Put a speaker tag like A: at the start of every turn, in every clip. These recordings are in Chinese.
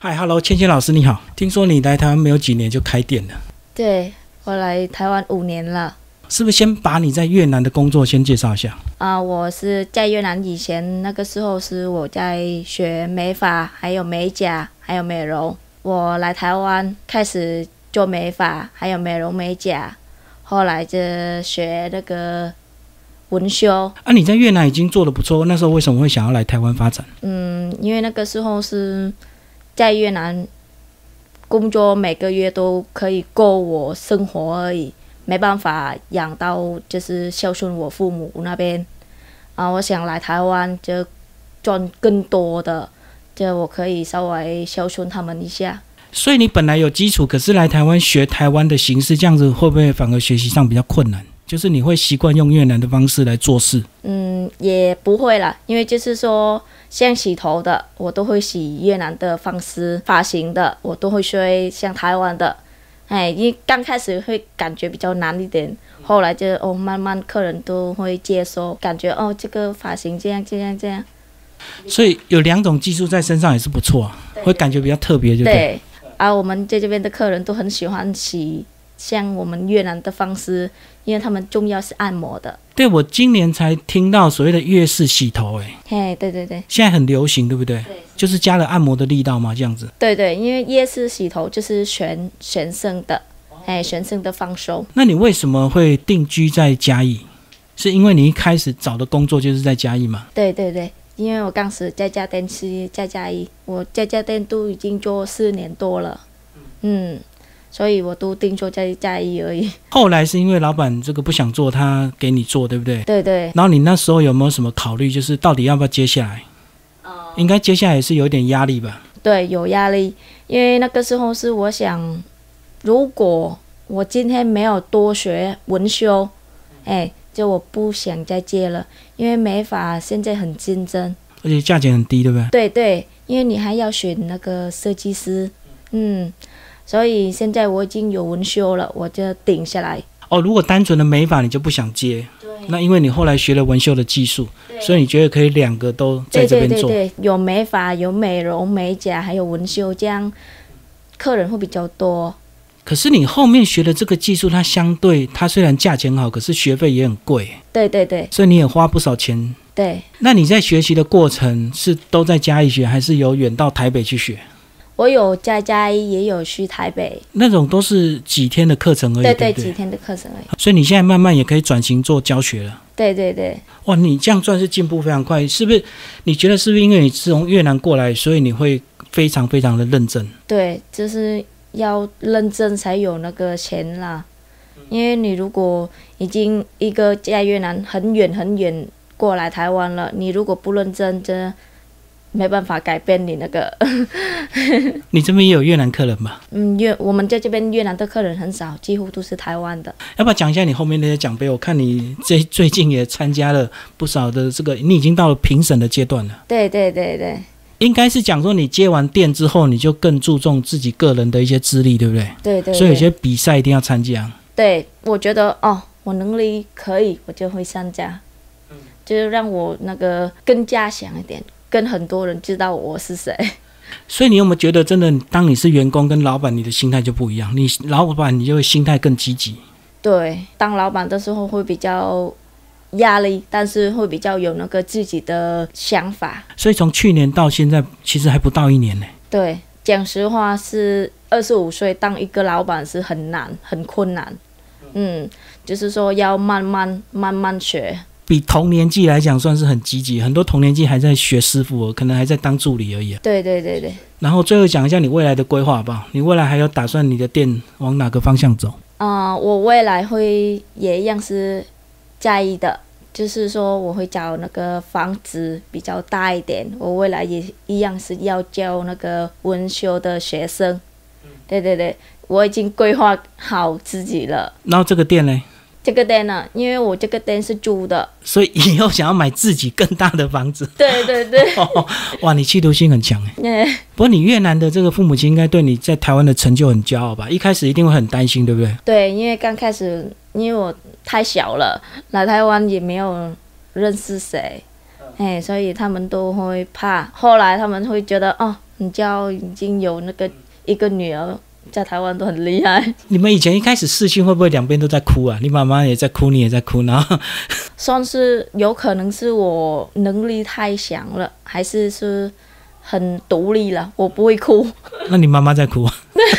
A: 嗨，Hello，芊芊老师你好，听说你来台湾没有几年就开店了，
B: 对我来台湾五年了
A: 是不是先把你在越南的工作先介绍一下？
B: 啊、我是在越南以前那个时候是我在学美发，还有美甲，还有美容。我来台湾开始做美发，还有美容美甲，后来就学那个纹绣。
A: 啊，你在越南已经做的不错，那时候为什么会想要来台湾发展？
B: 嗯，因为那个时候是在越南工作，每个月都可以够我生活而已，没办法养到就是孝顺我父母那边。啊，我想来台湾就赚更多的，就我可以稍微孝顺他们一下。
A: 所以你本来有基础，可是来台湾学台湾的形式，这样子会不会反而学习上比较困难？就是你会习惯用越南的方式来做事，
B: 嗯，也不会啦，因为就是说，像洗头的，我都会洗越南的方式；发型的，我都会学像台湾的。哎，因为刚开始会感觉比较难一点，后来就哦，慢慢客人都会接受，感觉哦，这个发型这样这样这样。
A: 所以有两种技术在身上也是不错啊，会感觉比较特别，就对。
B: 对，啊，我们在这边的客人都很喜欢洗像我们越南的方式，因为他们重要是按摩的。
A: 对我今年才听到所谓的越式洗头、诶，哎，
B: 嘿，对对对。
A: 现在很流行，对不对？就是加了按摩的力道嘛，这样子。
B: 对对，因为夜市洗头就是全全身的，哎，全身的放松。
A: 那你为什么会定居在嘉义？是因为你一开始找的工作就是在嘉义嘛？
B: 对对对，因为我当时在家店是在家一，我在家店都已经做四年多了，嗯，所以我都定做在家一而已。
A: 后来是因为老板这个不想做，他给你做，对不对？
B: 对对，
A: 然后你那时候有没有什么考虑，就是到底要不要接下来？
B: 呃
A: 应该接下来也是有点压力吧？
B: 对，有压力，因为那个时候是我想，如果我今天没有多学文修，哎，就我不想再接了，因为美发现在很竞争。
A: 而且价钱很低，对不对？
B: 对对，因为你还要选那个设计师，嗯，所以现在我已经有文修了，我就顶下来。
A: 哦，如果单纯的美发你就不想接，那因为你后来学了纹绣的技术，所以你觉得可以两个都在
B: 对
A: 这
B: 对
A: 边
B: 对
A: 做。
B: 对，有美发，有美容、美甲，还有纹绣，这样客人会比较多。
A: 可是你后面学的这个技术，它相对它虽然价钱好，可是学费也很贵，
B: 对对对
A: 所以你也花不少钱。
B: 对，
A: 那你在学习的过程是都在嘉义学，还是有远到台北去学？
B: 我有在家也有去台北，
A: 那种都是几天的课程而已，
B: 对
A: 哦对不
B: 几
A: 对？
B: 天的课程而已。
A: 所以你现在慢慢也可以转型做教学了。
B: 对对对
A: 哇，你这样算是进步非常快，是不是？你觉得是不是因为你是从越南过来，所以你会非常非常的认真？
B: 对，就是要认真才有那个钱啦。因为你如果已经一个在越南很远很远过来台湾了，你如果不认真，真的没办法改变你那个。
A: 你这边也有越南客人吧？
B: 嗯，越我们在这边越南的客人很少，几乎都是台湾的。
A: 要不要讲一下你后面那些奖杯？我看你最最近也参加了不少的这个，你已经到了评审的阶段了。
B: 对对对对
A: 应该是讲说你接完店之后，你就更注重自己个人的一些资历，对不对？
B: 对对。
A: 所以有
B: 对
A: 些比赛一定要参加。
B: 对，我觉得哦，我能力可以，我就会参加，嗯就是让我那个更加强一点，跟很多人知道我是谁。
A: 所以你有没有觉得，真的当你是员工跟老板，你的心态就不一样？你老板你就会心态更积极。
B: 对，当老板的时候会比较压力，但是会比较有那个自己的想法。
A: 所以从去年到现在，其实还不到一年呢。
B: 对，讲实话是二十五岁当一个老板是很难、很困难。嗯，就是说要慢慢慢慢学。
A: 比同年纪来讲，算是很积极。很多同年纪还在学师傅，可能还在当助理而已。
B: 对对对对。
A: 然后最后讲一下你未来的规划吧。你未来还有打算你的店往哪个方向走？
B: 啊、我未来会也一样是在意的，就是说我会找那个房子比较大一点，我未来也一样是要教那个文修的学生。对对对，我已经规划好自己了。
A: 然后这个店呢？
B: 这个店呢、因为我这个店是租的，
A: 所以以后想要买自己更大的房子。 哦
B: 对对对，
A: 哇，你企图心很强哎。
B: 嗯
A: 不过你越南的这个父母亲应该对你在台湾的成就很骄傲吧？一开始一定会很担心，对不对？
B: 对，因为刚开始因为我太小了，来台湾也没有认识谁，哎，所以他们都会怕。后来他们会觉得哦，你知道已经有那个一个女儿在台湾都很厉害，
A: 你们以前一开始试训会不会两边都在哭啊？你妈妈也在哭，你也在哭，然后
B: 算是有可能是我能力太强了，还是是很独立了，我不会哭。
A: 那你妈妈在哭啊？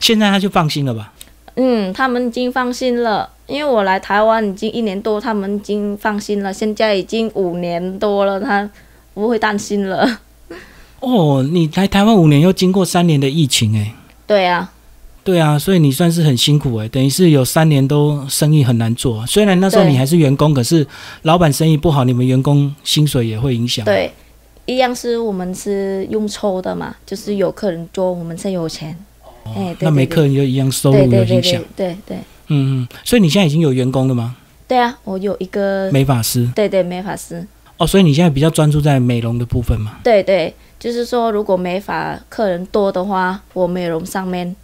A: 现在她就放心了吧？
B: 嗯，他们已经放心了，因为我来台湾已经一年多，他们已经放心了。现在已经五年多了，他不会担心了。
A: 哦，你来台湾五年，又经过三年的疫情、欸，诶，
B: 对啊，
A: 对啊，所以你算是很辛苦诶、哎等于是有三年都生意很难做。虽然那时候
B: 对
A: 你还是员工，可是老板生意不好，你们员工薪水也会影响。，
B: 对，一样是我们是用抽的嘛，就是有客人做，我们才有钱。哎、对
A: 哦那每客
B: 人
A: 人就一样收入
B: 对
A: 有
B: 对对
A: 影响
B: 对。对对
A: 嗯嗯，所以你现在已经有员工了吗？
B: 对啊，我有一个
A: 美发师
B: 对对美发师，
A: 哦，所以你现在比较专注在美容的部分嘛？
B: 对对，就是说如果美发客人多的话，我美容上面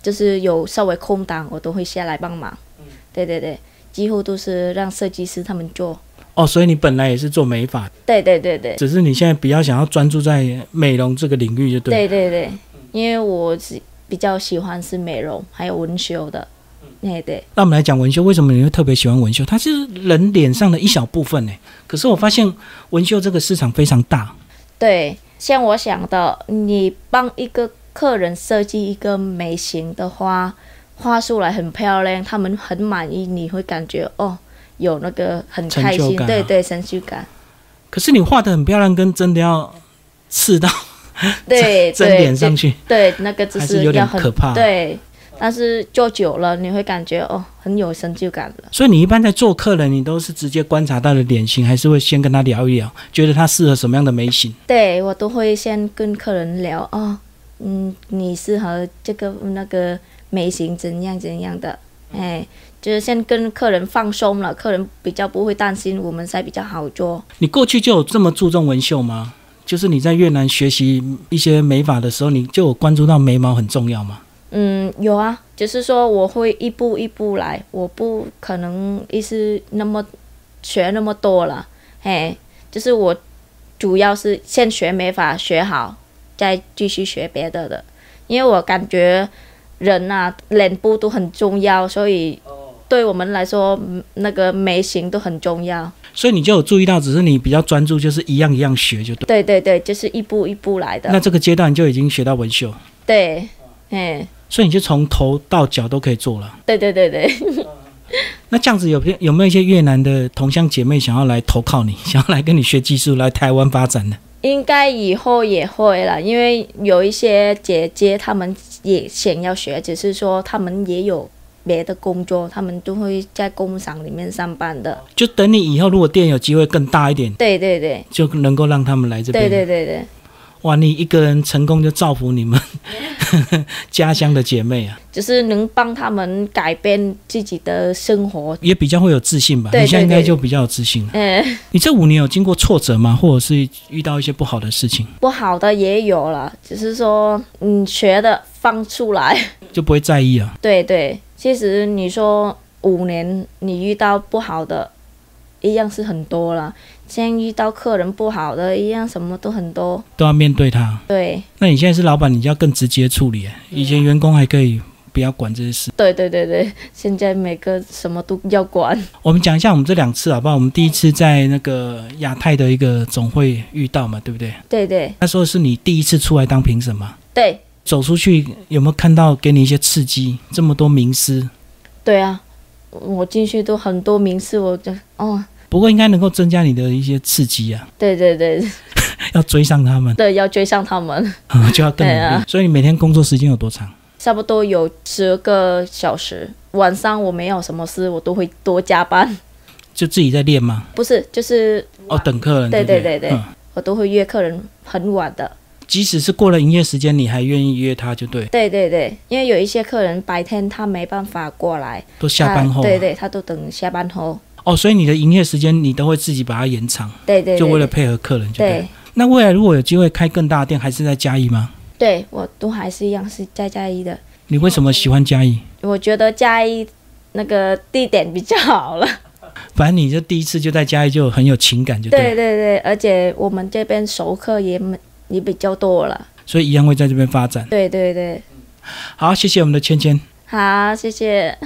B: 就是有稍微空档，我都会下来帮忙。对对对，几乎都是让设计师他们做。
A: 哦，所以你本来也是做美发，
B: 对对对对，
A: 只是你现在比较想要专注在美容这个领域，就对了。
B: 对对对，因为我是比较喜欢是美容还有纹绣的。哎对，
A: 那我们来讲纹绣，为什么你会特别喜欢纹绣？它是人脸上的一小部分呢。可是我发现纹绣这个市场非常大，
B: 对，像我想的，你帮一个客人设计一个眉形的话，画出来很漂亮，他们很满意，你会感觉哦，有那个很
A: 成
B: 开
A: 就
B: 心，
A: 感
B: 对
A: 啊
B: 对，成就感，
A: 可是你画的很漂亮，跟真的要刺到
B: 对
A: 真
B: 对
A: 脸上去，
B: 对，对那个就
A: 还是有
B: 要
A: 点
B: 很
A: 可怕
B: 对。但是做久了，你会感觉哦，很有成就感的。
A: 所以你一般在做客人，你都是直接观察他的脸型，还是会先跟他聊一聊，觉得他适合什么样的眉形？
B: 对我都会先跟客人聊哦，嗯，你适合这个那个眉形怎样怎样的，哎，就是先跟客人放松了，客人比较不会担心，我们才比较好做。
A: 你过去就有这么注重纹绣吗？就是你在越南学习一些美发的时候，你就有关注到眉毛很重要吗？
B: 嗯，有啊，就是说我会一步一步来，我不可能一时那么学那么多了，哎，就是我主要是先学美发学好，再继续学别的的，因为我感觉人呐、脸部都很重要，所以对我们来说，嗯那个眉形都很重要。
A: 所以你就有注意到，只是你比较专注，就是一样一样学就对。
B: 对对对，就是一步一步来
A: 那
B: 的。
A: 这个阶段你就已经学到纹绣，
B: 对，哎，
A: 所以你就从头到脚都可以做了。
B: 对对对对。
A: 那这样子有没有有没有一些越南的同乡姐妹想要来投靠你， 想要来跟你学技术，来台湾发展的？
B: 应该以后也会啦，因为有一些姐姐她们也想要学，只是说她们也有别的工作，她们都会在工厂里面上班的。
A: 就等你以后如果店有机会更大一点，
B: 对对对，
A: 就能够让他们来这边。
B: 对对对对，
A: 哇，你一个人成功就造福你们 家乡的姐妹啊，
B: 就是能帮她们改变自己的生活。
A: 也比较会有自信吧？
B: 对
A: 你现在
B: 对
A: 应该
B: 对
A: 就比较有自信了。
B: 嗯，
A: 你这五年有经过挫折吗？或者是遇到一些不好的事情，
B: 不好的也有了，只是说嗯学的放出来。
A: 就不会在意啊？
B: 对对，其实你说五年你遇到不好的，一样是很多了。现在遇到客人不好的，一样什么都很多。
A: 都要面对它。
B: 对
A: 那你现在是老板，你就要更直接处理。
B: 啊
A: 以前员工还可以不要管这些事。
B: 对对对对，现在每个什么都要管。
A: 我们讲一下我们这两次好不好？我们第一次在那个亚太的一个总会遇到嘛，对不对？
B: 对对
A: 那时候是你第一次出来当评审嘛？
B: 对
A: 走出去有没有看到给你一些刺激？这么多名师，
B: 对啊！我进去都很多名次，我就哦，
A: 不过应该能够增加你的一些刺激啊！
B: 对对对，
A: 要追上他们
B: 对，要追上他们，
A: 就要更努力。
B: 对啊
A: 所以你每天工作时间有多长？
B: 差不多有十个小时。晚上我没有什么事，我都会多加班，
A: 就自己在练吗？
B: 不是，就是
A: 哦，等客人。
B: 对
A: 对不
B: 对对对
A: 嗯
B: 我都会约客人很晚的。
A: 即使是过了营业时间，你还愿意约他，就对，
B: 对对对，因为有一些客人白天他没办法过来，
A: 都下班后、啊
B: 他啊对对，他都等下班后，
A: 哦，所以你的营业时间你都会自己把它延长，
B: 对对对，
A: 就为了配合客人就对了。
B: 对
A: 那未来如果有机会开更大的店，还是在嘉义吗？
B: 对，我都还是一样是在嘉义的，
A: 你为什么喜欢嘉义？
B: 我觉得嘉义那个地点比较好了，
A: 反正你就第一次就在嘉义就很有情感就
B: 对
A: 对了。
B: 对对，而且我们这边熟客也没也比较多了。
A: 所以一样会在这边发展。
B: 对对对，
A: 好，谢谢我们的芊芊。
B: 好，谢谢。